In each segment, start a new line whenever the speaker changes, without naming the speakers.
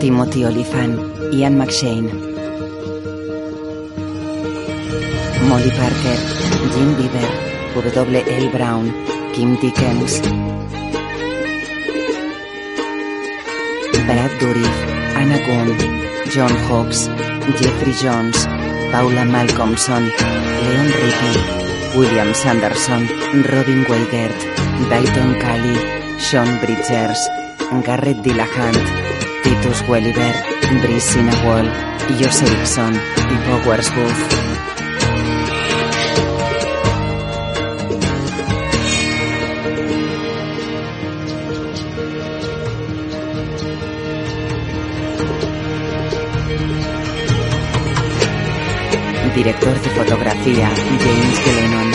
Timothy Olyphant, Ian McShane. Molly Parker, Jim Bieber, W. L. Brown, Kim Dickens, Brad Dourif, Anna Gunn, John Hobbs, Jeffrey Jones, Paula Malcolmson, Leon Rippey, William Sanderson, Robin Weigert, Dayton Kelly, Sean Bridgers, Garrett Dillahunt, Titus Welliver, Brice Sinawall, Jose Dixon y Powers Booth. Director de fotografía, James Glennon.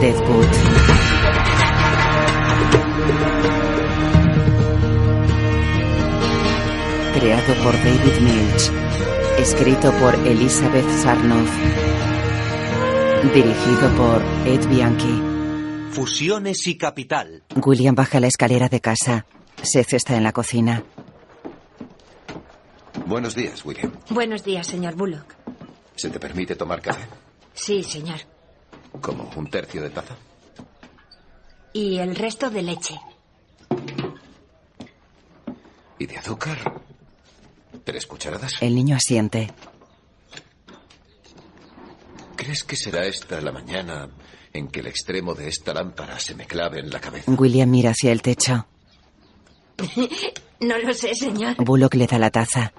Deathwood. Creado por David Milch. Escrito por Elizabeth Sarnoff. Dirigido por Ed Bianchi.
Fusiones y capital.
William baja la escalera de casa. Seth está en la cocina.
Buenos días, William.
Buenos días, señor Bullock.
¿Se te permite tomar café?
Sí, señor.
¿Como un tercio de taza?
Y el resto de leche.
¿Y de azúcar? ¿Tres cucharadas?
El niño asiente.
¿Crees que será esta la mañana en que el extremo de esta lámpara se me clave en la cabeza?
William mira hacia el techo.
No lo sé, señor.
Bullock le da la taza.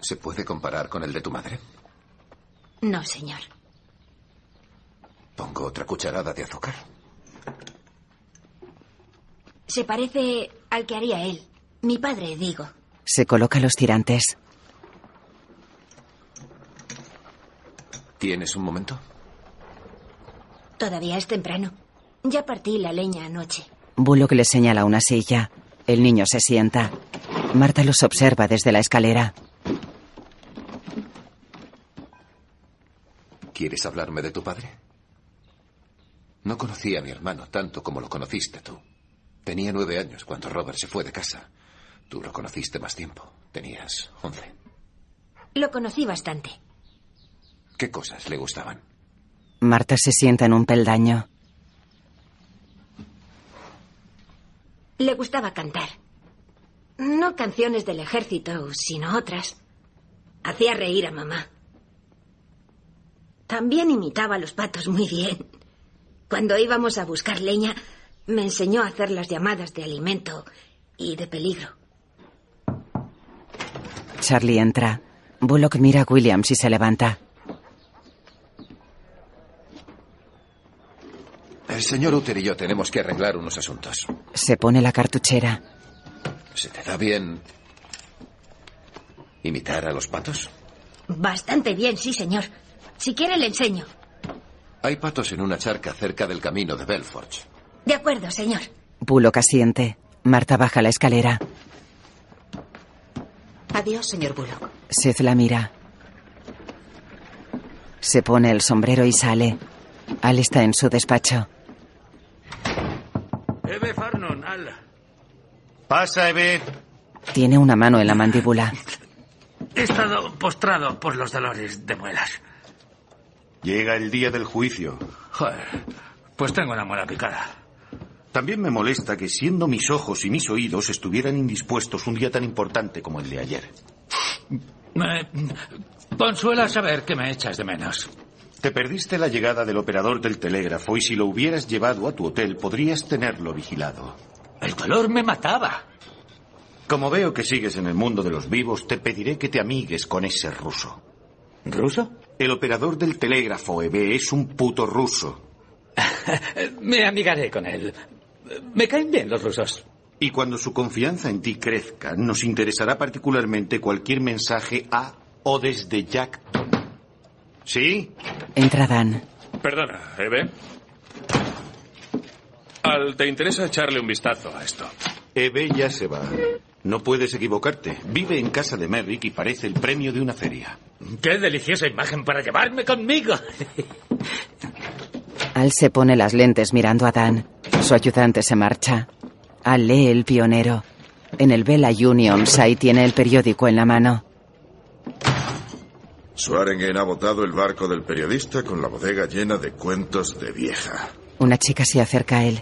¿Se puede comparar con el de tu madre?
No, señor.
Pongo otra cucharada de azúcar.
Se parece al que haría él. Mi padre, digo.
Se coloca los tirantes.
¿Tienes un momento?
Todavía es temprano. Ya partí la leña anoche.
Bullock le señala una silla. El niño se sienta. Marta los observa desde la escalera.
¿Quieres hablarme de tu padre? No conocí a mi hermano tanto como lo conociste tú. Tenía nueve años cuando Robert se fue de casa. Tú lo conociste más tiempo. Tenías once.
Lo conocí bastante.
¿Qué cosas le gustaban?
Marta se sienta en un peldaño.
Le gustaba cantar. No canciones del ejército, sino otras. Hacía reír a mamá. También imitaba a los patos muy bien. Cuando íbamos a buscar leña, me enseñó a hacer las llamadas de alimento y de peligro.
Charlie entra. Bullock mira a Williams y se levanta.
El señor Uter y yo tenemos que arreglar unos asuntos.
Se pone la cartuchera.
¿Se te da bien imitar a los patos?
Bastante bien, sí, señor. Si quiere, le enseño.
Hay patos en una charca cerca del camino de Belforge.
De acuerdo, señor.
Bullock asiente. Marta baja la escalera.
Adiós, señor Bullock.
Seth la mira. Se pone el sombrero y sale. Al está en su despacho.
Eve Farnon, Al.
Pasa, Eve.
Tiene una mano en la mandíbula.
He estado postrado por los dolores de muelas.
Llega el día del juicio.
Joder, pues tengo una muela picada.
También me molesta que siendo mis ojos y mis oídos estuvieran indispuestos un día tan importante como el de ayer.
Me consuela saber que me echas de menos.
Te perdiste la llegada del operador del telégrafo y si lo hubieras llevado a tu hotel podrías tenerlo vigilado.
El dolor me mataba.
Como veo que sigues en el mundo de los vivos, te pediré que te amigues con ese ruso.
¿Ruso?
El operador del telégrafo, EB, es un puto ruso.
me amigaré con él. Me caen bien los rusos.
Y cuando su confianza en ti crezca, nos interesará particularmente cualquier mensaje a o desde Jackton. ¿Sí?
Entra Dan.
Perdona, Eve.
¿eh, Al, te interesa echarle un vistazo a esto.
Eve ya se va. No puedes equivocarte. Vive en casa de Merrick y parece el premio de una feria.
¡Qué deliciosa imagen para llevarme conmigo!
Al se pone las lentes mirando a Dan. Su ayudante se marcha. Al lee el pionero. En el Vela Union, Sai tiene el periódico en la mano.
Swarengen ha botado el barco del periodista con la bodega llena de cuentos de vieja.
Una chica se acerca a él.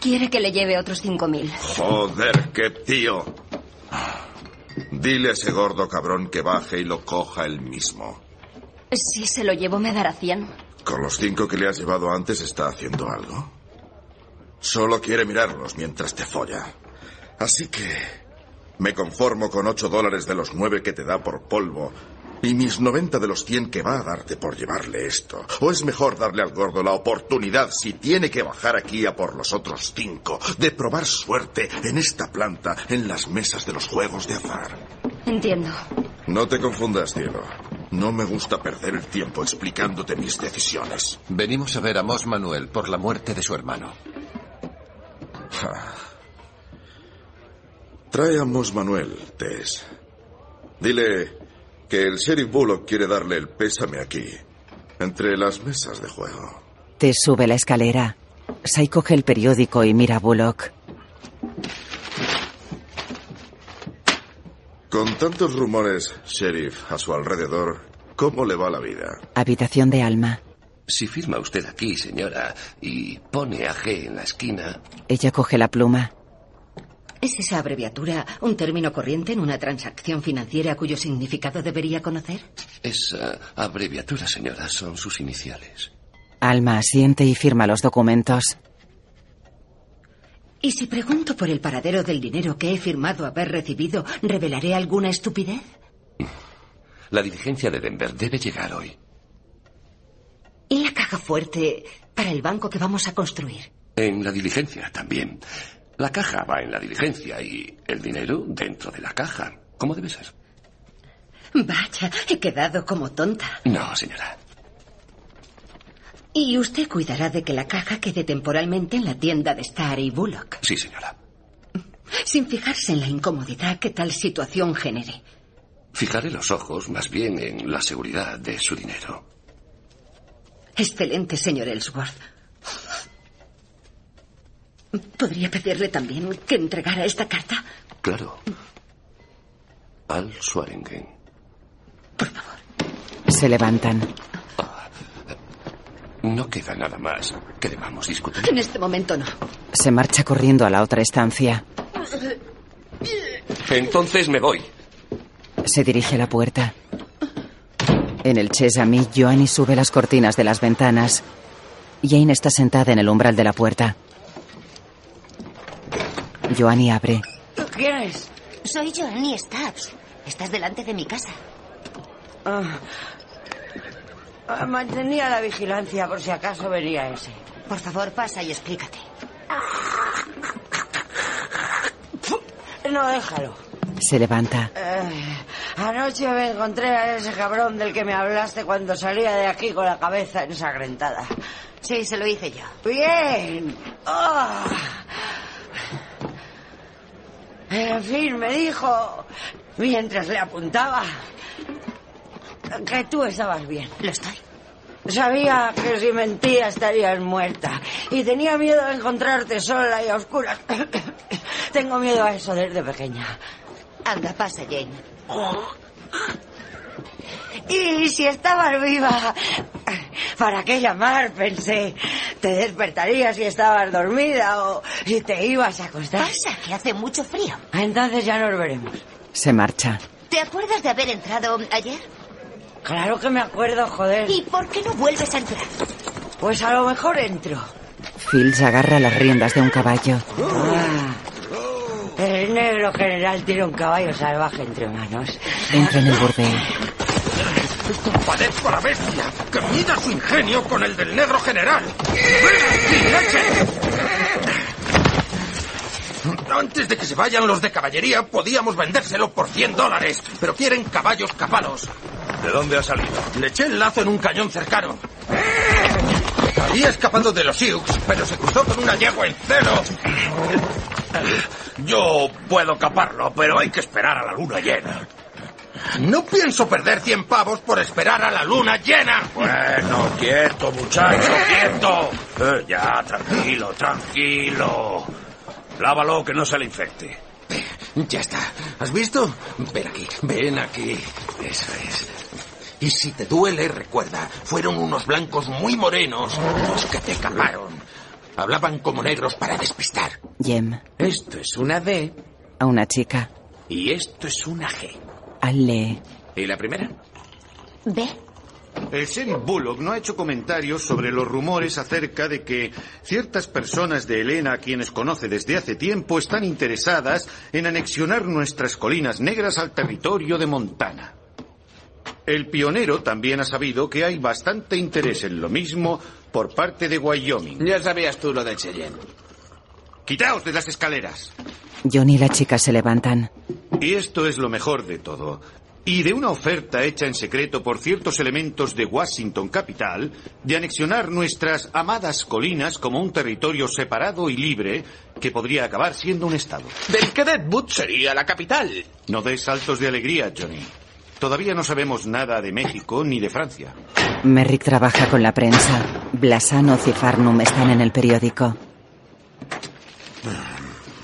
Quiere que le lleve otros 5.000.
Joder, qué tío. Dile a ese gordo cabrón que baje y lo coja él mismo.
Si se lo llevo, me dará 100.
Con los cinco que le has llevado antes está haciendo algo. Solo quiere mirarlos mientras te folla. Así que me conformo con ocho dólares de los nueve que te da por polvo y mis 90 de los 100 que va a darte por llevarle esto. O es mejor darle al gordo la oportunidad, si tiene que bajar aquí a por los otros cinco, de probar suerte en esta planta, en las mesas de los juegos de azar.
Entiendo.
No te confundas, cielo. No me gusta perder el tiempo explicándote mis decisiones.
Venimos a ver a Mos Manuel por la muerte de su hermano.
Ja. Ah. Trae a Mos Manuel, Tess. Dile que el sheriff Bullock quiere darle el pésame aquí, entre las mesas de juego.
Te sube la escalera. Sai coge el periódico y mira a Bullock.
Con tantos rumores, sheriff, a su alrededor, ¿cómo le va la vida?
Habitación de alma.
Si firma usted aquí, señora, y pone a G en la esquina.
Ella coge la pluma.
¿Es esa abreviatura un término corriente en una transacción financiera cuyo significado debería conocer?
Esa abreviatura, señora, son sus iniciales.
Alma asiente y firma los documentos.
¿Y si pregunto por el paradero del dinero que he firmado haber recibido, revelaré alguna estupidez?
La diligencia de Denver debe llegar hoy.
¿Y la caja fuerte para el banco que vamos a construir?
En la diligencia también. La caja va en la diligencia y el dinero dentro de la caja. ¿Cómo debe ser?
Vaya, he quedado como tonta.
No, señora.
Y usted cuidará de que la caja quede temporalmente en la tienda de Star y Bullock.
Sí, señora.
Sin fijarse en la incomodidad que tal situación genere.
Fijaré los ojos más bien en la seguridad de su dinero.
Excelente, señor Ellsworth. ¿Podría pedirle también que entregara esta carta?
Claro. Al Swarengen.
Por favor.
Se levantan.
No queda nada más que debamos discutir.
En este momento no.
Se marcha corriendo a la otra estancia.
Entonces me voy.
Se dirige a la puerta. En el Chesame, Joanny sube las cortinas de las ventanas. Jane está sentada en el umbral de la puerta. Joanny abre.
¿Quién es? Soy Joanny Stabs. Estás delante de mi casa.
Ah. Ah, mantenía la vigilancia por si acaso venía ese.
Por favor, pasa y explícate.
No, déjalo.
Se levanta.
Eh, anoche me encontré a ese cabrón del que me hablaste cuando salía de aquí con la cabeza ensangrentada.
Sí, se lo hice yo.
Bien. Oh. En fin, me dijo, mientras le apuntaba, que tú estabas bien.
Lo estoy.
Sabía que si mentía estarías muerta. Y tenía miedo de encontrarte sola y a oscuras. Tengo miedo a eso desde pequeña.
Anda, pasa, Jane.
Y si estabas viva, ¿para qué llamar? Pensé, te despertarías si estabas dormida o si te ibas a acostar.
Pasa, que hace mucho frío.
Entonces ya nos veremos.
Se marcha.
¿Te acuerdas de haber entrado ayer?
Claro que me acuerdo, joder.
¿Y por qué no vuelves a entrar?
Pues a lo mejor entro.
Phil agarra las riendas de un caballo.
Ah, el negro general tiene un caballo salvaje entre manos.
Entra en el burdel.
Compadezco a la bestia que mida su ingenio con el del negro general. Antes de que se vayan los de caballería, podíamos vendérselo por 100 dólares, pero quieren caballos capalos.
¿De dónde ha salido?
Le eché el lazo en un cañón cercano.
había escapado de los Sioux, pero se cruzó con una yegua en cero. Yo puedo caparlo, pero hay que esperar a la luna llena. No pienso perder 100 pavos por esperar a la luna llena.
Bueno, quieto, muchacho, quieto. Eh, ya, tranquilo, tranquilo. Lávalo que no se le infecte.
Ya está. ¿Has visto? Ven aquí, ven aquí. Eso es. Y si te duele, recuerda, fueron unos blancos muy morenos los que te escaparon. Hablaban como negros para despistar.
Jem.
Esto es una D
A una chica.
y esto es una G.
Al lee.
¿Y la primera?
¿Ve?
El sheriff Bullock no ha hecho comentarios sobre los rumores acerca de que ciertas personas de Elena, a quienes conoce desde hace tiempo, están interesadas en anexionar nuestras colinas negras al territorio de Montana. El pionero también ha sabido que hay bastante interés en lo mismo por parte de Wyoming.
Ya sabías tú lo de Cheyenne.
Quitaos de las escaleras.
John y la chica se levantan.
Y esto es lo mejor de todo. Y de una oferta hecha en secreto por ciertos elementos de Washington Capital de anexionar nuestras amadas colinas como un territorio separado y libre que podría acabar siendo un estado.
Del que Deadwood sería la capital.
No des saltos de alegría, Johnny. Todavía no sabemos nada de México ni de Francia.
Merrick trabaja con la prensa. Blasano y Farnum están en el periódico.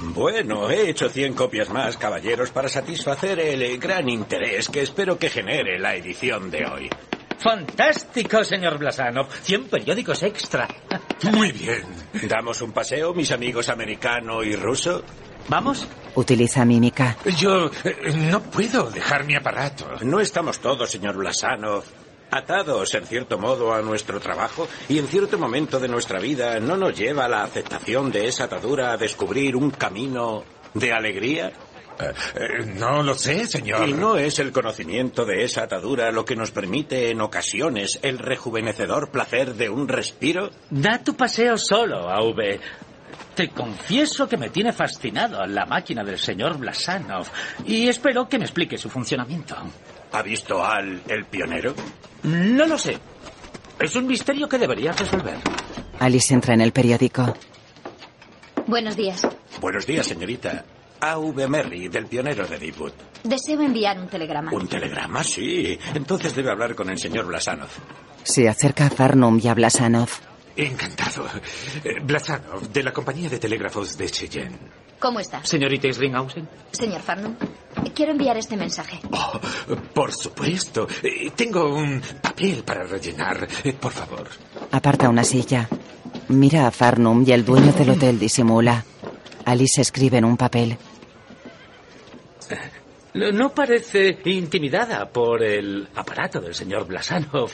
Bueno, he hecho 100 copias más, caballeros, para satisfacer el eh, gran interés que espero que genere la edición de hoy.
Fantástico, señor Blasanov. 100 periódicos extra.
Muy bien. ¿Damos un paseo, mis amigos americano y ruso? ¿Vamos?
Utiliza mímica.
Yo eh, no puedo dejar mi aparato. No estamos todos, señor Blasanov, atados en cierto modo a nuestro trabajo y en cierto momento de nuestra vida no nos lleva la aceptación de esa atadura a descubrir un camino de alegría. Eh, no lo sé, señor. Y no es el conocimiento de esa atadura lo que nos permite en ocasiones el rejuvenecedor placer de un respiro.
Da tu paseo solo, AV. Te confieso que me tiene fascinado la máquina del señor Blasanov y espero que me explique su funcionamiento.
¿Ha visto al el pionero?
No lo sé. Es un misterio que deberías resolver.
Alice entra en el periódico.
Buenos días.
Buenos días, señorita. A.V. Merry, del pionero de Deadwood.
Deseo enviar un telegrama.
¿Un telegrama? Sí. Entonces debe hablar con el señor Blasanov.
Se acerca a Farnum y a Blasanov.
Encantado. Eh, Blasanov, de la compañía de telégrafos de Cheyenne.
¿Cómo está?
Señorita Isringhausen.
Señor Farnum, quiero enviar este mensaje.
Eh, Por supuesto. Eh, Tengo un papel para rellenar. Eh, Por favor.
Aparta una silla. Mira a Farnum y el dueño del hotel disimula. Alice escribe en un papel.
No parece intimidada por el aparato del señor Blasanov.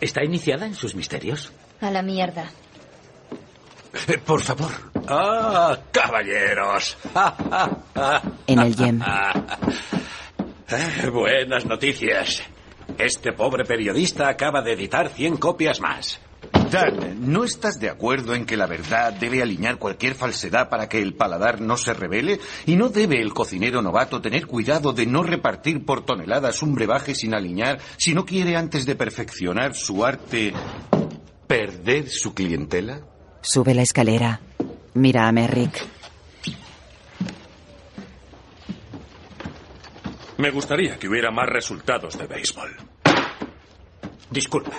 ¿Está iniciada en sus misterios?
A la mierda.
Eh, Por favor. Ah, caballeros.
En el yem.
Eh, Buenas noticias. Este pobre periodista acaba de editar 100 copias más.
Dan, ¿no estás de acuerdo en que la verdad debe alinear cualquier falsedad para que el paladar no se revele? ¿Y no debe el cocinero novato tener cuidado de no repartir por toneladas un brebaje sin alinear si no quiere antes de perfeccionar su arte perder su clientela?
Sube la escalera. Mira a Merrick.
Me gustaría que hubiera más resultados de béisbol.
Disculpa.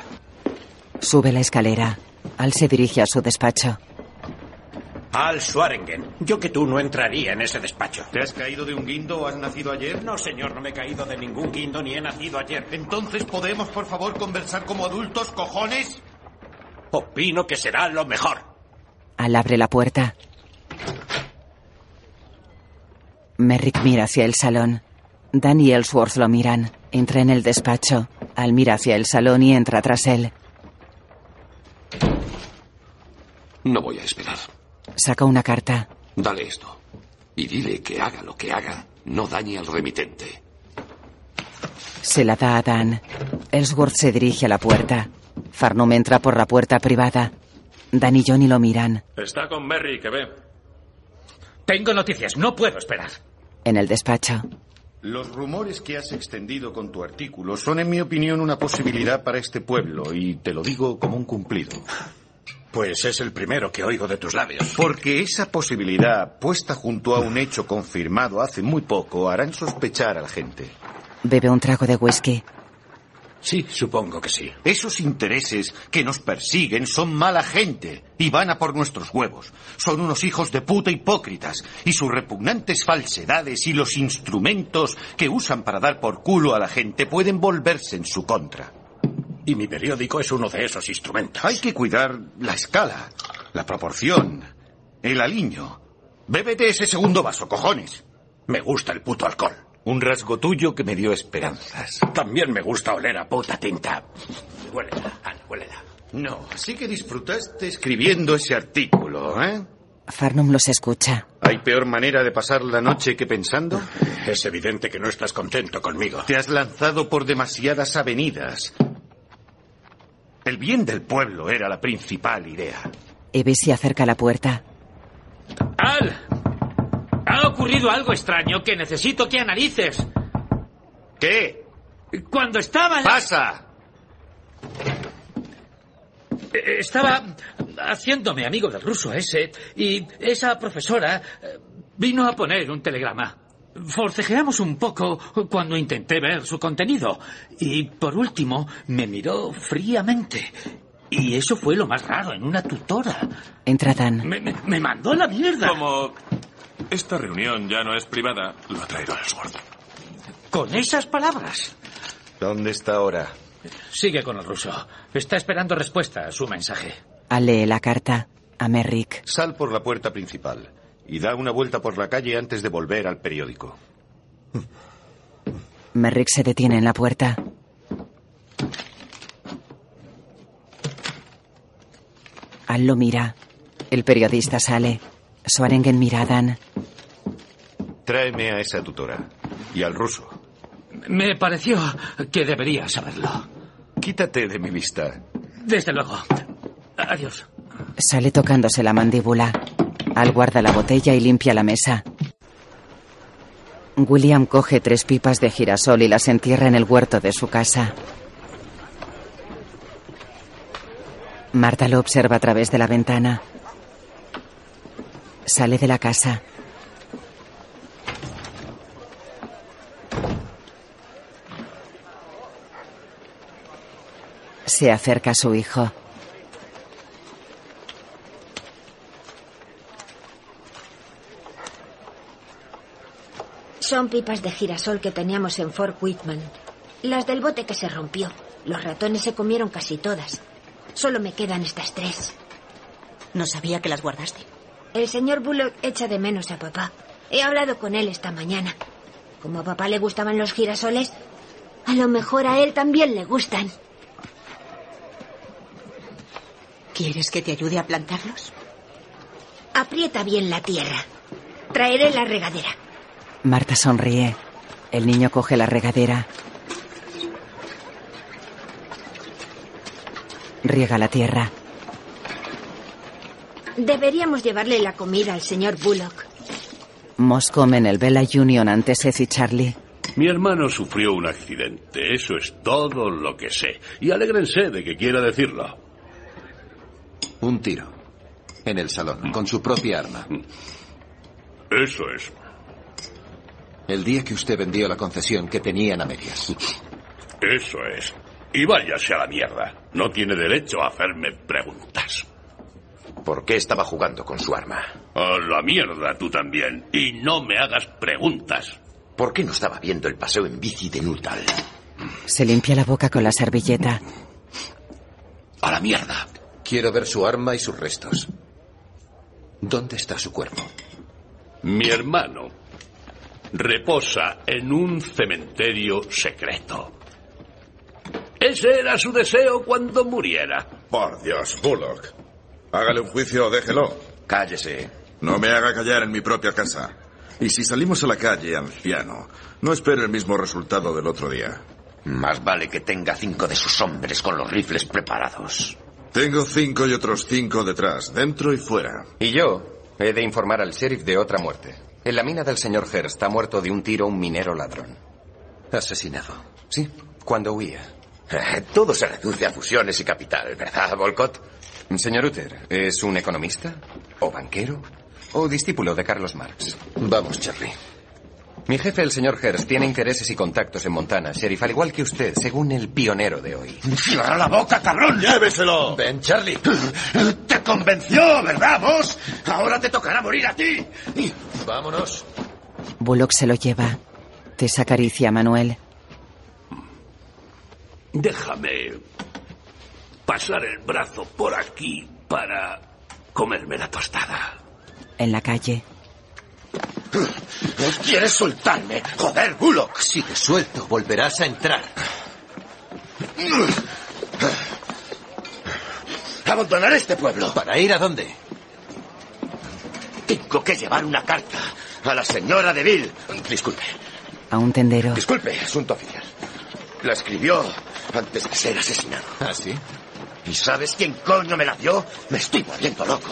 Sube la escalera. Al se dirige a su despacho.
Al Schwaringen. Yo que tú no entraría en ese despacho.
¿Te has caído de un guindo o has nacido ayer?
No, señor, no me he caído de ningún guindo ni he nacido ayer.
Entonces, ¿podemos, por favor, conversar como adultos, cojones?
Opino que será lo mejor.
Al abre la puerta. Merrick mira hacia el salón. Dan y Ellsworth lo miran. Entra en el despacho. Al mira hacia el salón y entra tras él.
No voy a esperar.
Saca una carta.
Dale esto. Y dile que haga lo que haga, no dañe al remitente.
Se la da a Dan. Ellsworth se dirige a la puerta. Farnum entra por la puerta privada. Dan y Johnny lo miran.
Está con Merry, que ve.
Tengo noticias, no puedo esperar.
En el despacho.
Los rumores que has extendido con tu artículo son, en mi opinión, una posibilidad para este pueblo, y te lo digo como un cumplido.
Pues es el primero que oigo de tus labios.
Porque esa posibilidad, puesta junto a un hecho confirmado hace muy poco, harán sospechar a la gente.
Bebe un trago de whisky.
Sí, supongo que sí. Esos intereses que nos persiguen son mala gente y van a por nuestros huevos. Son unos hijos de puta hipócritas y sus repugnantes falsedades y los instrumentos que usan para dar por culo a la gente pueden volverse en su contra.
Y mi periódico es uno de esos instrumentos.
Hay que cuidar la escala, la proporción, el aliño. Bébete ese segundo vaso, cojones.
Me gusta el puto alcohol.
Un rasgo tuyo que me dio esperanzas.
También me gusta oler a puta tinta. Huélela, Ana, huélela.
No, así que disfrutaste escribiendo ese artículo, ¿eh?
Farnum los escucha.
¿Hay peor manera de pasar la noche que pensando?
Es evidente que no estás contento conmigo.
Te has lanzado por demasiadas avenidas. El bien del pueblo era la principal idea.
Evie se acerca a la puerta.
¡Al! Ha ocurrido algo extraño que necesito que analices.
¿Qué?
Cuando estaba... en la-
¡Pasa!
Eh, Estaba haciéndome amigo del ruso ese y esa profesora eh, vino a poner un telegrama. Forcejeamos un poco cuando intenté ver su contenido y por último me miró fríamente. Y eso fue lo más raro en una tutora.
Entra Dan.
Me, me- me mandó a la mierda.
Como esta reunión ya no es privada, lo ha traído Ellsworth.
Con esas palabras.
¿Dónde está ahora?
Sigue con el ruso. Está esperando respuesta a su mensaje.
Al lee la carta. A Merrick.
Sal por la puerta principal y da una vuelta por la calle antes de volver al periódico.
Merrick se detiene en la puerta. Al lo mira. El periodista sale. Swarengen mira a Dan.
Tráeme a esa tutora y al ruso.
Me pareció que debería saberlo.
Quítate de mi vista.
Desde luego. Adiós.
Sale tocándose la mandíbula. Al guarda la botella y limpia la mesa. William coge tres pipas de girasol y las entierra en el huerto de su casa. Marta lo observa a través de la ventana. Sale de la casa. Se acerca a su hijo.
Son pipas de girasol que teníamos en Fort Whitman. Las del bote que se rompió. Los ratones se comieron casi todas. Solo me quedan estas tres.
No sabía que las guardaste.
El señor Bullock echa de menos a papá. He hablado con él esta mañana. Como a papá le gustaban los girasoles, a lo mejor a él también le gustan.
¿Quieres que te ayude a plantarlos?
Aprieta bien la tierra. Traeré la regadera.
Marta sonríe. El niño coge la regadera. Riega la tierra.
Deberíamos llevarle la comida al señor Bullock.
Moss come en el Bella Union antes Seth y Charlie.
Mi hermano sufrió un accidente, eso es todo lo que sé. Y alégrense de que quiera decirlo.
Un tiro. En el salón, con su propia arma.
Eso es.
El día que usted vendió la concesión que tenían a medias.
Eso es. Y váyase a la mierda. No tiene derecho a hacerme preguntas.
¿Por qué estaba jugando con su arma?
A la mierda tú también. Y no me hagas preguntas.
¿Por qué no estaba viendo el paseo en bici de Nuttall?
Se limpia la boca con la servilleta.
A la mierda. Quiero ver su arma y sus restos. ¿Dónde está su cuerpo?
Mi hermano reposa en un cementerio secreto. Ese era su deseo cuando muriera.
Por Dios, Bullock. Hágale un juicio o déjelo. Cállese. No me haga callar en mi propia casa. Y si salimos a la calle, anciano, no espere el mismo resultado del otro día.
Más vale que tenga cinco de sus hombres con los rifles preparados.
Tengo cinco y otros cinco detrás, dentro y fuera.
Y yo he de informar al sheriff de otra muerte. En la mina del señor Hearst ha muerto de un tiro un minero ladrón.
Asesinado.
Sí, cuando huía. Eh,
Todo se reduce a fusiones y capital, ¿verdad, Volcott?
Señor Uther, ¿es un economista? ¿O banquero? ¿O discípulo de Carlos Marx?
Vamos, Charlie.
Mi jefe, el señor Hertz, tiene intereses y contactos en Montana, sheriff, al igual que usted, según el pionero de hoy.
¡Cierra la boca, cabrón! ¡Lléveselo!
Ven, Charlie.
¡Te convenció, verdad, vos? Ahora te tocará morir a ti.
Vámonos.
Bullock se lo lleva. Tess acaricia a Manuel.
Déjame pasar el brazo por aquí para comerme la tostada.
En la calle,
¿Quieres soltarme? Joder, Bullock. Si te suelto, volverás a entrar. Abandonar este pueblo. ¿Para ir a dónde? Tengo que llevar una carta a la señora de Bill. Disculpe,
a un tendero.
disculpe, asunto oficial. La escribió antes de ser asesinado. ¿Ah, sí? ¿Y sabes quién coño me la dio? Me estoy volviendo loco.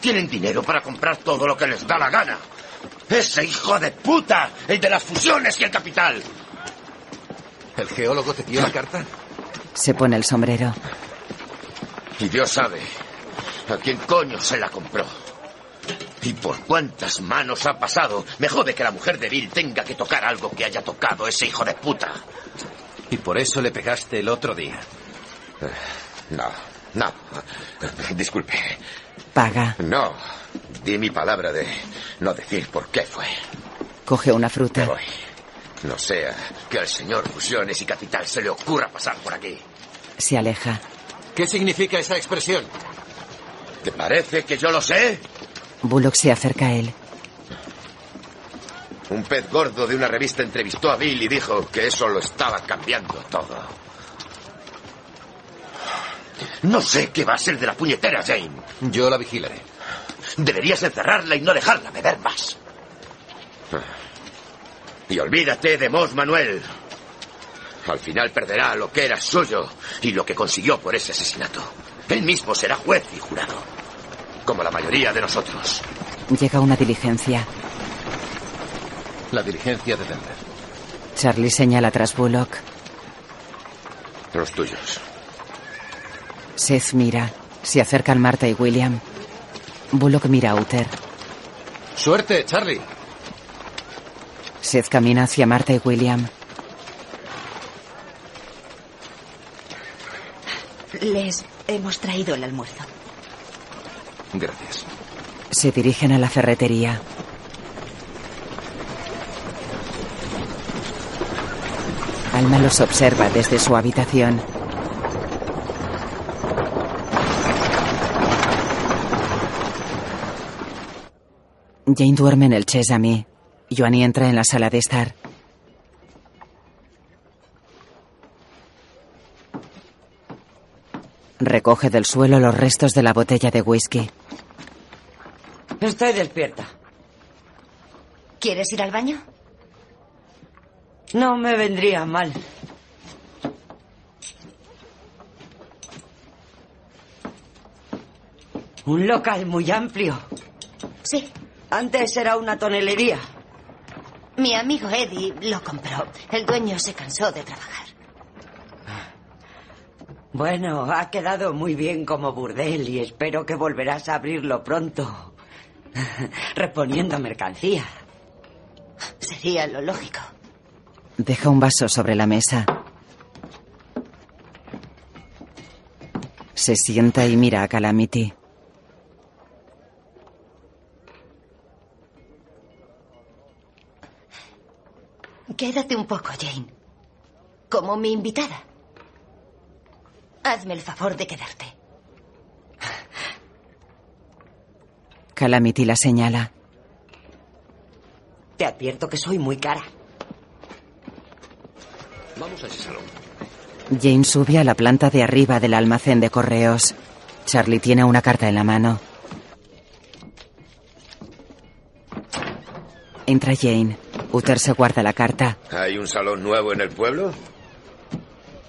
Tienen dinero para comprar todo lo que les da la gana. Ese hijo de puta, el de las fusiones y el capital.
¿El geólogo te dio la carta?
Se pone el sombrero.
Y Dios sabe a quién coño se la compró. Y por cuántas manos ha pasado. Me jode que la mujer de Bill tenga que tocar algo que haya tocado ese hijo de puta.
Y por eso le pegaste el otro día.
Eh, No, no. Eh, Disculpe.
Paga.
No. Di mi palabra de no decir por qué fue.
Coge una fruta.
No sea que al señor Fusiones y Capital se le ocurra pasar por aquí.
Se aleja.
¿Qué significa esa expresión? ¿Te parece que yo lo sé?
Bullock se acerca a él.
Un pez gordo de una revista entrevistó a Bill y dijo que eso lo estaba cambiando todo. No sé qué va a ser de la puñetera, Jane. Yo la vigilaré. Deberías encerrarla y no dejarla beber más. Y olvídate de Moss Manuel. Al final perderá lo que era suyo y lo que consiguió por ese asesinato. Él mismo será juez y jurado. Como la mayoría de nosotros.
Llega una diligencia.
La diligencia de Denver.
Charlie señala tras Bullock.
Los tuyos.
Seth mira. Se acercan Marta y William. Bullock mira a Uther.
Suerte, Charlie.
Seth camina hacia Marta y William.
Les hemos traído el almuerzo.
Gracias.
Se dirigen a la ferretería. Alma los observa desde su habitación. Jane duerme en el Chesame. Joanny entra en la sala de estar. Recoge del suelo los restos de la botella de whisky.
Estoy despierta.
¿Quieres ir al baño?
No me vendría mal. Un local muy amplio.
Sí.
Antes era una tonelería.
Mi amigo Eddie lo compró. El dueño se cansó de trabajar.
Bueno, ha quedado muy bien como burdel y espero que volverás a abrirlo pronto. Reponiendo mercancía.
Sería lo lógico.
Deja un vaso sobre la mesa. Se sienta y mira a Calamity.
Quédate un poco, Jane. Como mi invitada. Hazme el favor de quedarte.
Calamity la señala.
Te advierto que soy muy cara.
Vamos a ese salón.
Jane sube a la planta de arriba del almacén de correos. Charlie tiene una carta en la mano. Entra Jane. Uther se guarda la carta.
¿Hay un salón nuevo en el pueblo?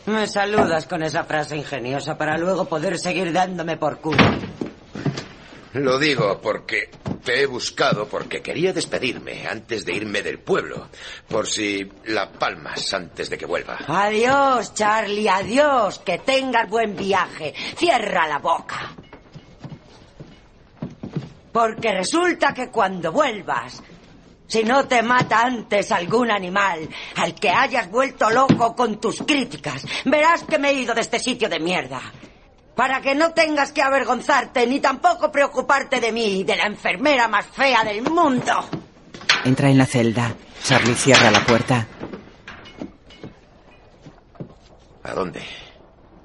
Me saludas con esa frase ingeniosa para luego poder seguir dándome por culo.
Lo digo porque te he buscado porque quería despedirme antes de irme del pueblo, por si la palmas antes de que vuelva.
Adiós, Charlie, adiós. Que tengas buen viaje. Cierra la boca. Porque resulta que cuando vuelvas, si no te mata antes algún animal al que hayas vuelto loco con tus críticas, verás que me he ido de este sitio de mierda. Para que no tengas que avergonzarte ni tampoco preocuparte de mí, de la enfermera más fea del mundo.
Entra en la celda. Charlie cierra la puerta.
¿A dónde?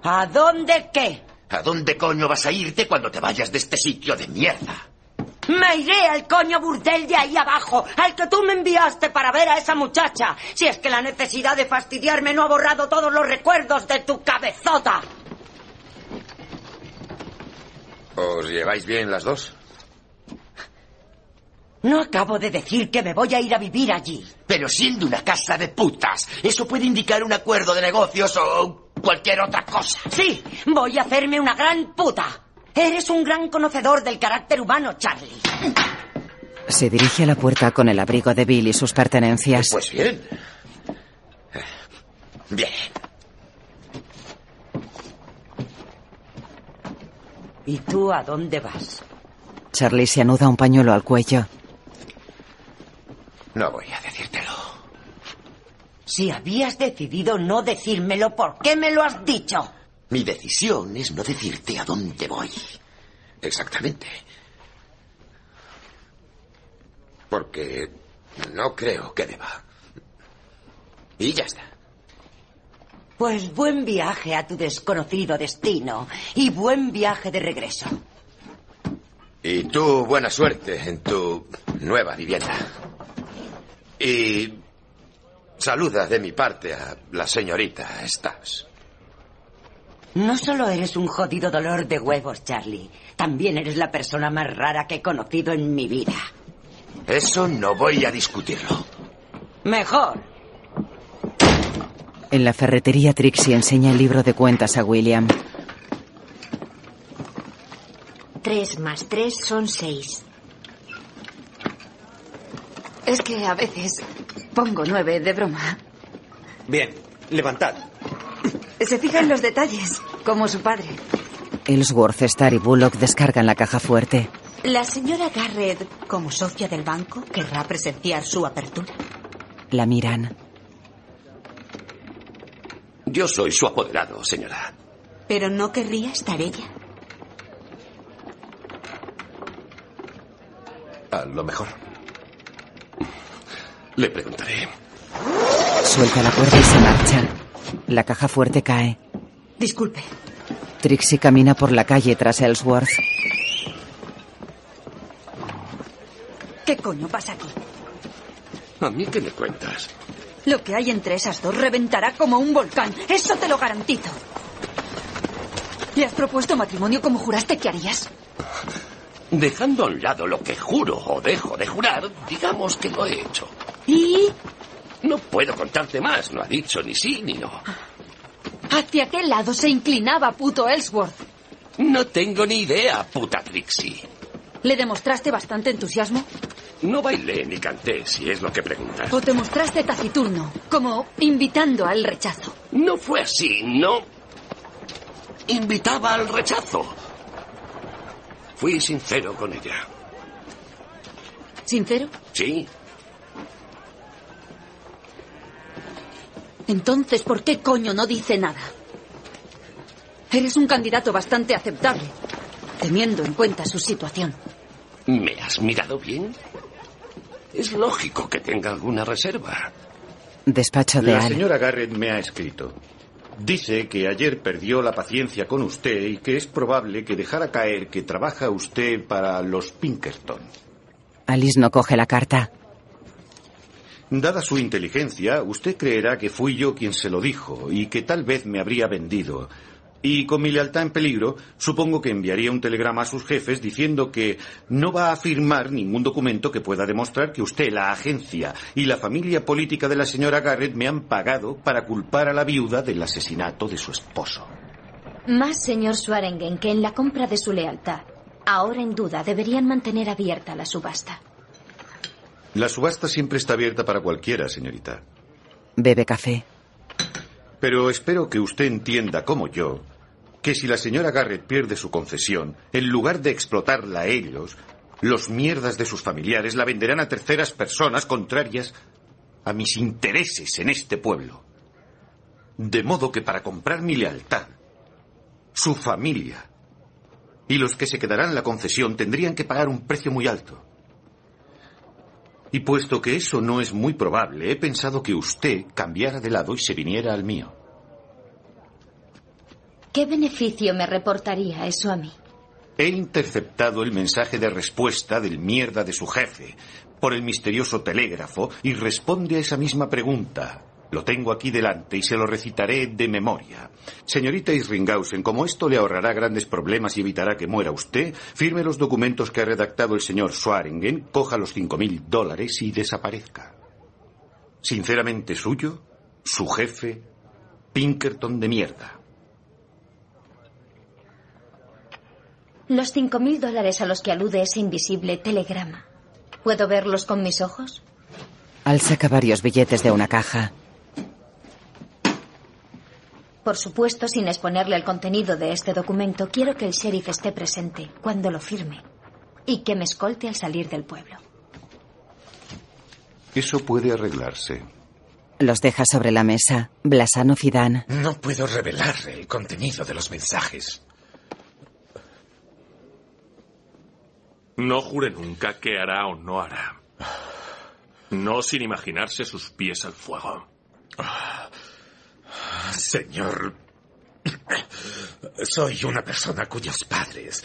¿A dónde qué?
¿A dónde coño vas a irte cuando te vayas de este sitio de mierda?
Me iré al coño burdel de ahí abajo, al que tú me enviaste para ver a esa muchacha, si es que la necesidad de fastidiarme no ha borrado todos los recuerdos de tu cabezota.
¿Os lleváis bien las dos?
No acabo de decir que me voy a ir a vivir allí.
Pero siendo una casa de putas, eso puede indicar un acuerdo de negocios o cualquier otra cosa.
Sí, voy a hacerme una gran puta. Eres un gran conocedor del carácter humano, Charlie.
Se dirige a la puerta con el abrigo de Bill y sus pertenencias.
Pues bien. Bien.
¿Y tú a dónde vas?
Charlie se anuda un pañuelo al cuello.
No voy a decírtelo.
Si habías decidido no decírmelo, ¿por qué me lo has dicho?
Mi decisión es no decirte a dónde voy. Exactamente. Porque no creo que deba. Y ya está.
Pues buen viaje a tu desconocido destino y buen viaje de regreso.
Y tú, buena suerte en tu nueva vivienda. Y saluda de mi parte a la señorita Stabs.
No solo eres un jodido dolor de huevos, Charlie, también eres la persona más rara que he conocido en mi vida.
Eso no voy a discutirlo.
Mejor.
En la ferretería, Trixie enseña el libro de cuentas a William.
Tres más tres son seis.
Es que a veces pongo nueve de broma.
Bien, levantad.
Se fija en los detalles, como su padre.
Ellsworth, Star y Bullock descargan la caja fuerte.
La señora Garrett, como socia del banco, querrá presenciar su apertura.
La miran.
Yo soy su apoderado, señora.
Pero no querría estar ella.
A lo mejor. Le preguntaré.
Suelta la puerta y se marcha. La caja fuerte cae.
Disculpe.
Trixie camina por la calle tras Ellsworth.
¿Qué coño pasa aquí?
¿A mí qué le cuentas?
Lo que hay entre esas dos reventará como un volcán. Eso te lo garantizo. ¿Le has propuesto matrimonio como juraste que harías?
Dejando a un lado lo que juro o dejo de jurar, digamos que lo he hecho.
¿Y
No puedo contarte más, no ha dicho ni sí ni no.
hacia qué lado se inclinaba puto Ellsworth?
No tengo ni idea, puta Trixie.
¿Le demostraste bastante entusiasmo?
No bailé ni canté, si es lo que preguntas.
¿O te mostraste taciturno, como invitando al rechazo?
No fue así, no. Invitaba al rechazo. Fui sincero con ella.
¿Sincero?
Sí,
Entonces, ¿por qué coño no dice nada? Eres un candidato bastante aceptable, teniendo en cuenta su situación.
¿Me has mirado bien? Es lógico que tenga alguna reserva.
Despacho de
La
Al.
señora Garrett me ha escrito. Dice que ayer perdió la paciencia con usted y que es probable que dejara caer que trabaja usted para los Pinkerton.
Alice no coge la carta.
Dada su inteligencia, usted creerá que fui yo quien se lo dijo y que tal vez me habría vendido. Y con mi lealtad en peligro, supongo que enviaría un telegrama a sus jefes diciendo que no va a firmar ningún documento que pueda demostrar que usted, la agencia y la familia política de la señora Garrett me han pagado para culpar a la viuda del asesinato de su esposo.
Más señor Swarengen que en la compra de su lealtad.
Ahora en duda, deberían mantener abierta la subasta.
La subasta siempre está abierta para cualquiera, señorita.
Bebe café.
Pero espero que usted entienda, como yo, que si la señora Garrett pierde su concesión, en lugar de explotarla a ellos, los mierdas de sus familiares la venderán a terceras personas contrarias a mis intereses en este pueblo. De modo que para comprar mi lealtad, su familia y los que se quedarán la concesión tendrían que pagar un precio muy alto. Y puesto que eso no es muy probable, he pensado que usted cambiara de lado y se viniera al mío.
¿Qué beneficio me reportaría eso a mí?
He interceptado el mensaje de respuesta del mierda de su jefe por el misterioso telégrafo y responde a esa misma pregunta. Lo tengo aquí delante y se lo recitaré de memoria. Señorita Isringhausen, como esto le ahorrará grandes problemas y evitará que muera usted, firme los documentos que ha redactado el señor Swaringen, coja los cinco mil dólares y desaparezca. Sinceramente suyo, su jefe, Pinkerton de mierda.
Los cinco mil dólares a los que alude ese invisible telegrama. ¿Puedo verlos con mis ojos?
Al saca varios billetes de una caja.
Por supuesto, sin exponerle el contenido de este documento, quiero que el sheriff esté presente cuando lo firme y que me escolte al salir del pueblo.
Eso puede arreglarse.
Los deja sobre la mesa. Blasano Zidane.
No puedo revelar el contenido de los mensajes.
No jure nunca qué hará o no hará. No sin imaginarse sus pies al fuego.
Señor, soy una persona cuyos padres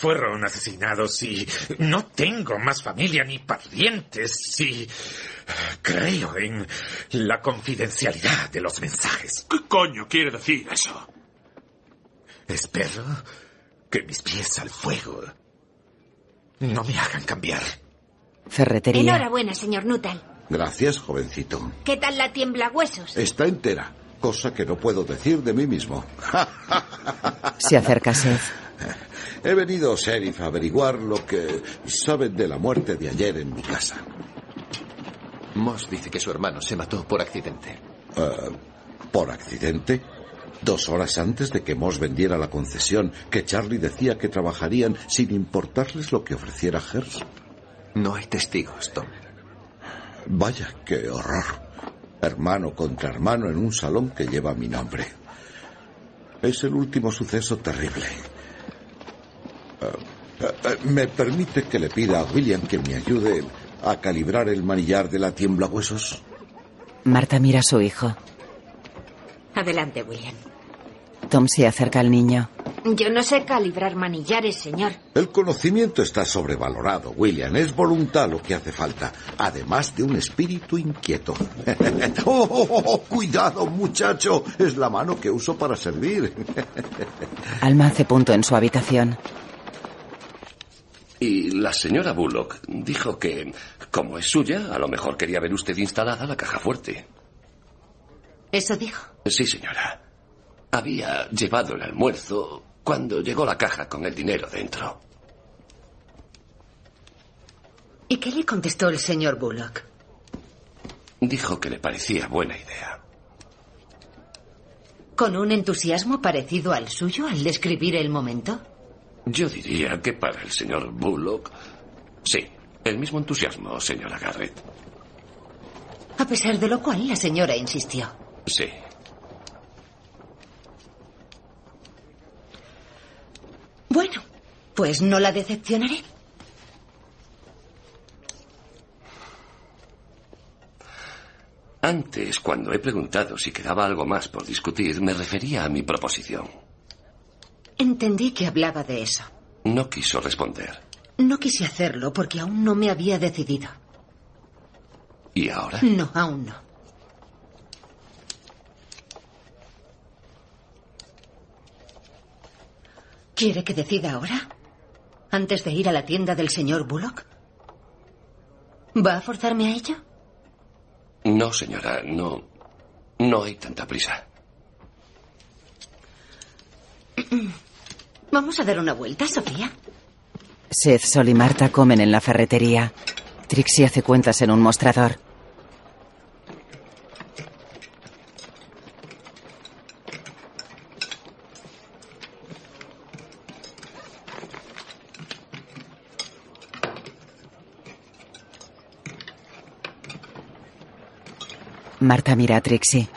fueron asesinados y no tengo más familia ni parientes y creo en la confidencialidad de los mensajes.
¿Qué coño quiere decir eso?
Espero que mis pies al fuego no me hagan cambiar.
Ferretería.
Enhorabuena, señor Nuttall.
Gracias, jovencito.
¿Qué tal la tiembla huesos?
Está entera, cosa que no puedo decir de mí mismo.
Se acerca Seth.
He venido, sheriff, a averiguar lo que saben de la muerte de ayer en mi casa.
Moss dice que su hermano se mató por accidente.
Eh, ¿Por accidente? Dos horas antes de que Moss vendiera la concesión, que Charlie decía que trabajarían sin importarles lo que ofreciera Hearst.
No hay testigos, Tom.
Vaya, qué horror. Hermano contra hermano en un salón que lleva mi nombre. Es el último suceso terrible. Eh, eh, eh, ¿Me permite que le pida a William que me ayude a calibrar el manillar de la tiembla huesos?
Marta mira a su hijo.
Adelante, William.
Tom se acerca al niño.
Yo no sé calibrar manillares, señor.
El conocimiento está sobrevalorado, William. Es voluntad lo que hace falta, además de un espíritu inquieto. ¡Oh, oh, oh, oh! cuidado, muchacho! Es la mano que uso para servir.
Alma hace punto en su habitación.
Y la señora Bullock dijo que, como es suya, a lo mejor quería ver usted instalada la caja fuerte.
¿Eso dijo?
Sí, señora. Había llevado el almuerzo cuando llegó la caja con el dinero dentro.
¿Y qué le contestó el señor Bullock?
Dijo que le parecía buena idea.
¿Con un entusiasmo parecido al suyo al describir el momento?
Yo diría que para el señor Bullock. Sí, el mismo entusiasmo, señora Garrett.
A pesar de lo cual, la señora insistió.
Sí.
Bueno, pues no la decepcionaré.
Antes, cuando he preguntado si quedaba algo más por discutir, me refería a mi proposición.
Entendí que hablaba de eso.
No quiso responder.
No quise hacerlo porque aún no me había decidido.
¿Y ahora?
No, aún no. ¿Quiere que decida ahora? ¿Antes de ir a la tienda del señor Bullock? ¿Va a forzarme a ello?
No, señora, no. No hay tanta prisa.
¿Vamos a dar una vuelta, Sofía?
Seth, Sol y Marta comen en la ferretería. Trixie hace cuentas en un mostrador. Marta mira a Trixie.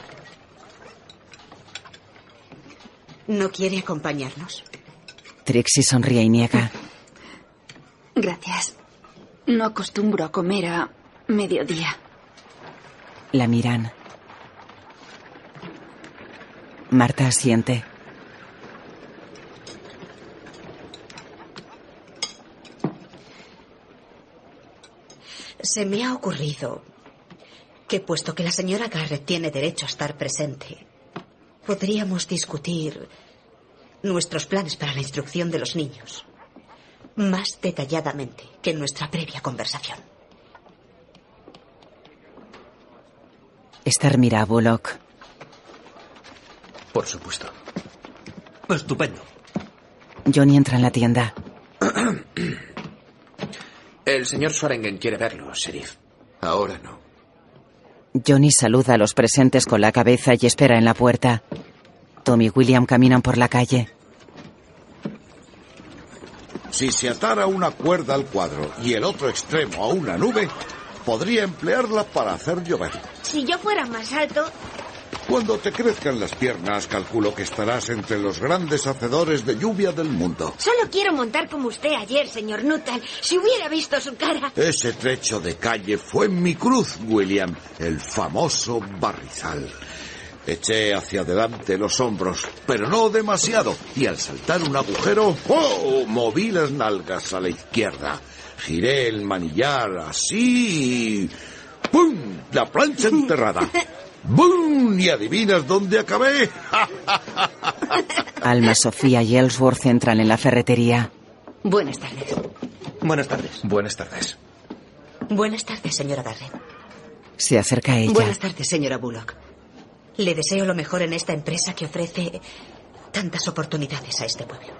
¿No quiere acompañarnos?
Trixie sonríe y niega.
Gracias. No acostumbro a comer a mediodía.
La miran. Marta asiente.
Se me ha ocurrido que puesto que la señora Garrett tiene derecho a estar presente, podríamos discutir nuestros planes para la instrucción de los niños más detalladamente que en nuestra previa conversación.
Esther mira a Bullock.
Por supuesto. Estupendo.
Johnny entra en la tienda.
El señor Swarengen quiere verlo, sheriff.
Ahora no.
Johnny saluda a los presentes con la cabeza y espera en la puerta. Tom y William caminan por la calle.
Si se atara una cuerda al cuadro y el otro extremo a una nube, podría emplearla para hacer llover.
Si yo fuera más alto,
Cuando te crezcan las piernas, calculo que estarás entre los grandes hacedores de lluvia del mundo.
solo quiero montar como usted ayer, señor Nuttall. Si hubiera visto su cara.
Ese trecho de calle fue mi cruz, William, el famoso barrizal. Eché hacia adelante los hombros, pero no demasiado, y al saltar un agujero, ¡oh! moví las nalgas a la izquierda. Giré el manillar así y ¡pum! La plancha enterrada. ¡Bum! ¿Y adivinas dónde acabé?
Alma, Sofía y Ellsworth entran en la ferretería.
Buenas tardes.
Buenas tardes. Buenas tardes.
Buenas tardes, señora Garrett.
Se acerca a ella.
Buenas tardes, señora Bullock. Le deseo lo mejor en esta empresa que ofrece tantas oportunidades a este pueblo.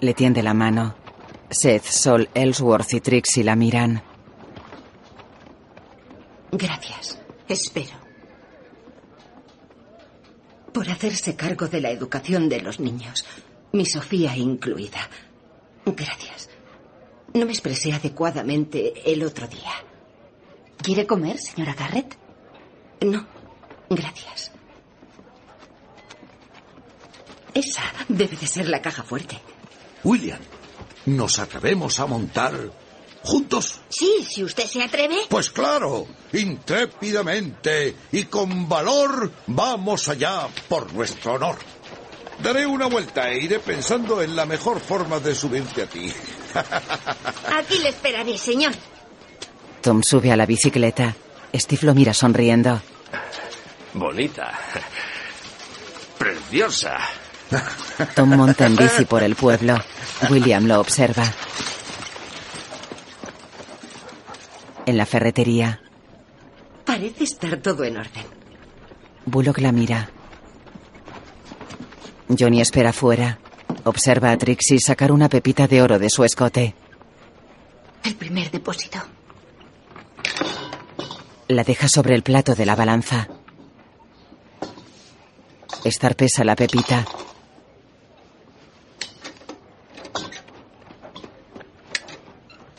Le tiende la mano. Seth, Sol, Ellsworth y Trixie la miran.
Gracias. Espero.
Por hacerse cargo de la educación de los niños, mi Sofía incluida. Gracias. No me expresé adecuadamente el otro día. ¿Quiere comer, señora Garrett? No, gracias. Esa debe de ser la caja fuerte.
William, ¿nos atrevemos a montar juntos?
Sí, si usted se atreve.
Pues claro, intrépidamente y con valor vamos allá por nuestro honor. Daré una vuelta e iré pensando en la mejor forma de subirte a ti.
Aquí le esperaré, señor.
Tom sube a la bicicleta. Steve lo mira sonriendo.
Bonita. Preciosa.
Tom monta en bici por el pueblo. William lo observa. En la ferretería,
Parece estar todo en orden.
Bullock la mira. Johnny espera fuera. Observa a Trixie sacar una pepita de oro de su escote.
El primer depósito.
La deja sobre el plato de la balanza. Star pesa la pepita.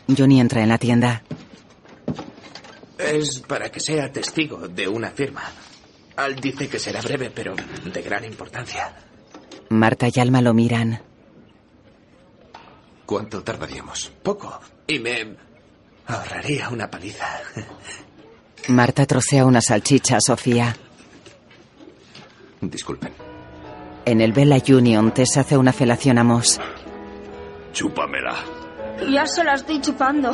Johnny entra en la tienda.
Es para que sea testigo de una firma. Al dice que será breve, pero de gran importancia.
Marta y Alma lo miran.
¿Cuánto tardaríamos?
Poco. Y me ahorraría una paliza.
Marta trocea una salchicha a Sofía.
Disculpen.
En el Bella Union, Tess hace una felación a Moss.
Chúpamela.
Ya se la estoy chupando.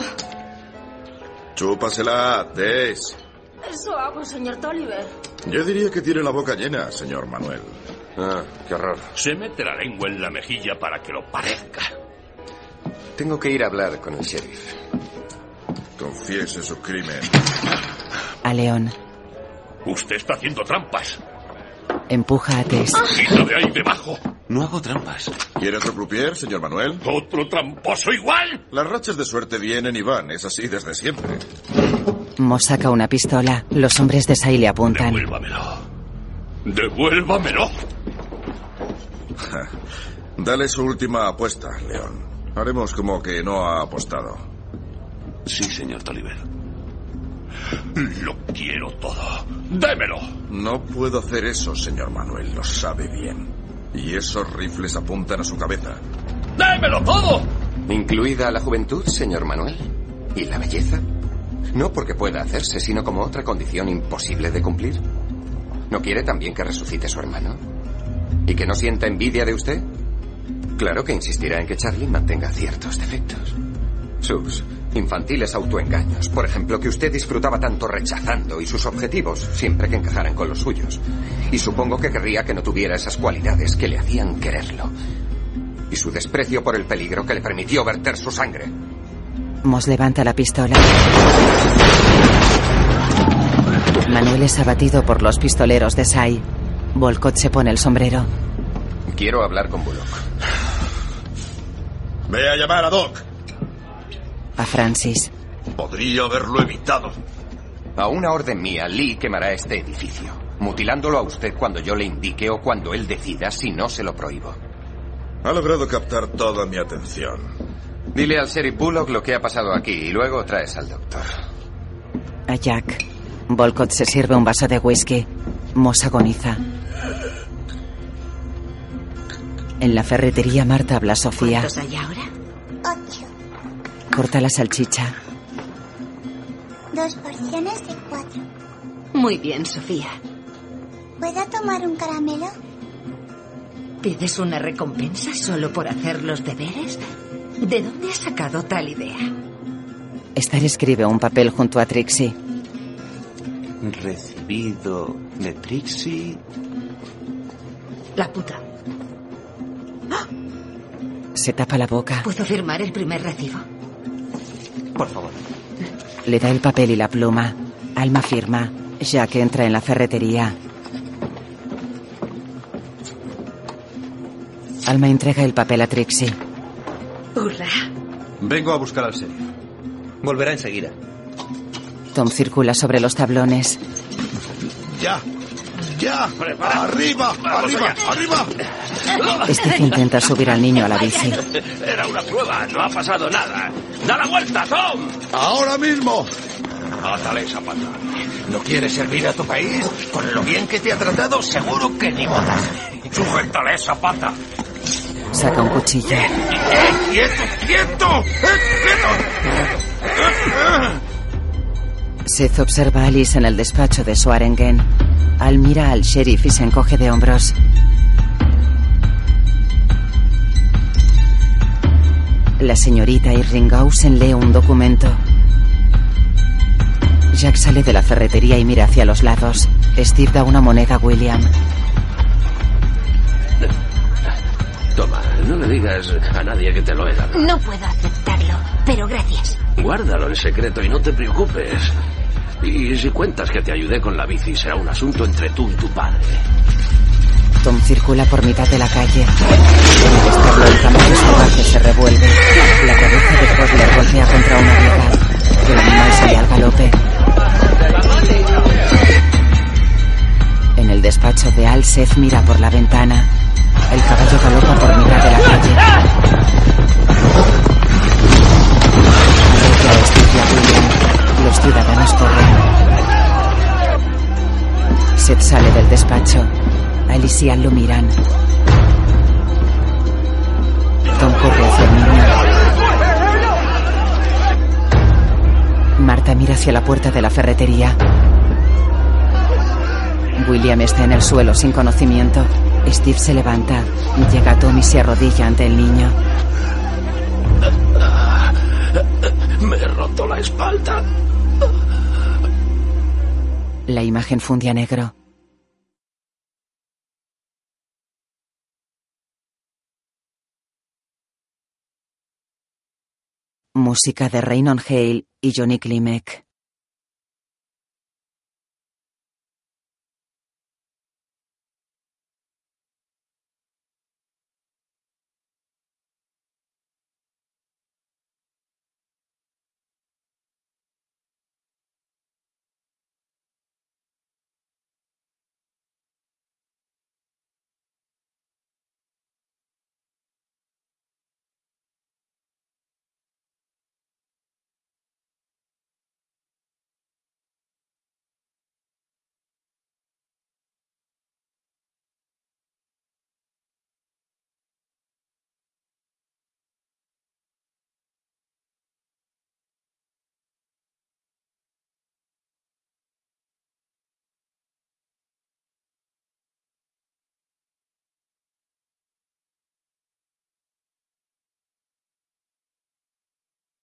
Chúpasela, Tess.
Eso hago, señor Tolliver.
Yo diría que tiene la boca llena, señor Manuel.
Ah, qué horror. Se mete la lengua en la mejilla para que lo parezca.
Tengo que ir a hablar con el sheriff.
Confiese su crimen.
A León.
Usted está haciendo trampas.
Empuja a Tess.
Quita de ahí debajo.
Ah. No hago trampas.
¿Quiere otro croupier, señor Manuel? ¿Otro tramposo igual? Las rachas de suerte vienen y van, es así desde siempre.
Mo saca una pistola. Los hombres de Sai le apuntan.
Devuélvamelo.
Dale su última apuesta, León. Haremos como que no ha apostado.
Sí, señor Tolliver. Lo quiero todo. Démelo.
No puedo hacer eso, señor Manuel, lo sabe bien. Y esos rifles apuntan a su cabeza.
¡Démelo todo!
Incluida la juventud, señor Manuel. ¿Y la belleza? No porque pueda hacerse, sino como otra condición imposible de cumplir. ¿No quiere también que resucite su hermano? ¿Y que no sienta envidia de usted? Claro que insistirá en que Charlie mantenga ciertos defectos. Sus infantiles autoengaños, por ejemplo, que usted disfrutaba tanto rechazando y sus objetivos, siempre que encajaran con los suyos. Y supongo que querría que no tuviera esas cualidades que le hacían quererlo. Y su desprecio por el peligro que le permitió verter su sangre.
Moss levanta la pistola. Manuel es abatido por los pistoleros de Sai. Volcott se pone el sombrero.
Quiero hablar con Bullock.
Ve a llamar a Doc.
A Francis.
Podría haberlo evitado. A una orden mía, Lee quemará este edificio, mutilándolo a usted cuando yo le indique o cuando él decida si no se lo prohíbo.
Ha logrado captar toda mi atención.
Dile al sheriff Bullock lo que ha pasado aquí y luego traes al doctor.
A Jack. Volcott se sirve un vaso de whisky. Moss agoniza. En la ferretería Marta habla a Sofía.
¿Cuántos hay ahora?
Ocho.
Corta la salchicha.
Dos porciones de cuatro.
Muy bien, Sofía.
¿Puedo tomar un caramelo?
¿Pides una recompensa solo por hacer los deberes? ¿De dónde has sacado tal idea?
Star escribe un papel junto a Trixie.
Recibido de Trixie.
La puta.
Se tapa la boca.
¿Puedo firmar el primer recibo?
Por favor.
Le da el papel y la pluma. Alma firma. Jack entra en la ferretería. Alma entrega el papel a Trixie.
¡Hurra!
Vengo a buscar al sheriff. Volverá enseguida.
Tom circula sobre los tablones.
¡Ya! ¡Ya! ¡Arriba! ¡Arriba! ¡Arriba!
Steve Este intenta subir al niño a la bici.
Era una prueba, no ha pasado nada. ¡Da la vuelta, Tom!
¡Ahora mismo!
Átale esa pata.
¿No quieres servir a tu país? Con lo bien que te ha tratado, seguro que ni votas.
Sujétale esa pata.
Saca un cuchillo.
¡Eh, quieto, quieto! ¡Eh, quieto!
Seth observa a Alice en el despacho de Swarengen. Al mira al sheriff y se encoge de hombros. La señorita Irringhausen lee un documento. Jack sale de la ferretería y mira hacia los lados. Steve da una moneda a William.
Toma, no le digas a nadie que te lo he dado.
No puedo aceptarlo, pero gracias.
Guárdalo en secreto y no te preocupes. Y si cuentas que te ayudé con la bici, será un asunto entre tú y tu padre.
Tom circula por mitad de la calle. En el establo el camello salvaje se revuelve. La cabeza de Hosler golpea contra una viga. El animal sale al galope. En el despacho de Al, Seth mira por la ventana. El caballo galopa por mitad de la calle. Arrolla a Steve y a William. Los ciudadanos corren. Seth sale del despacho. Alice y Al lo miran. Tom corre hacia el niño. Marta mira hacia la puerta de la ferretería. William está en el suelo sin conocimiento. Steve se levanta. Llega Tom y se arrodilla ante el niño.
Eh, Me he roto la espalda.
La imagen fundia negro. Música de Raynon Hale y Johnny Klimek.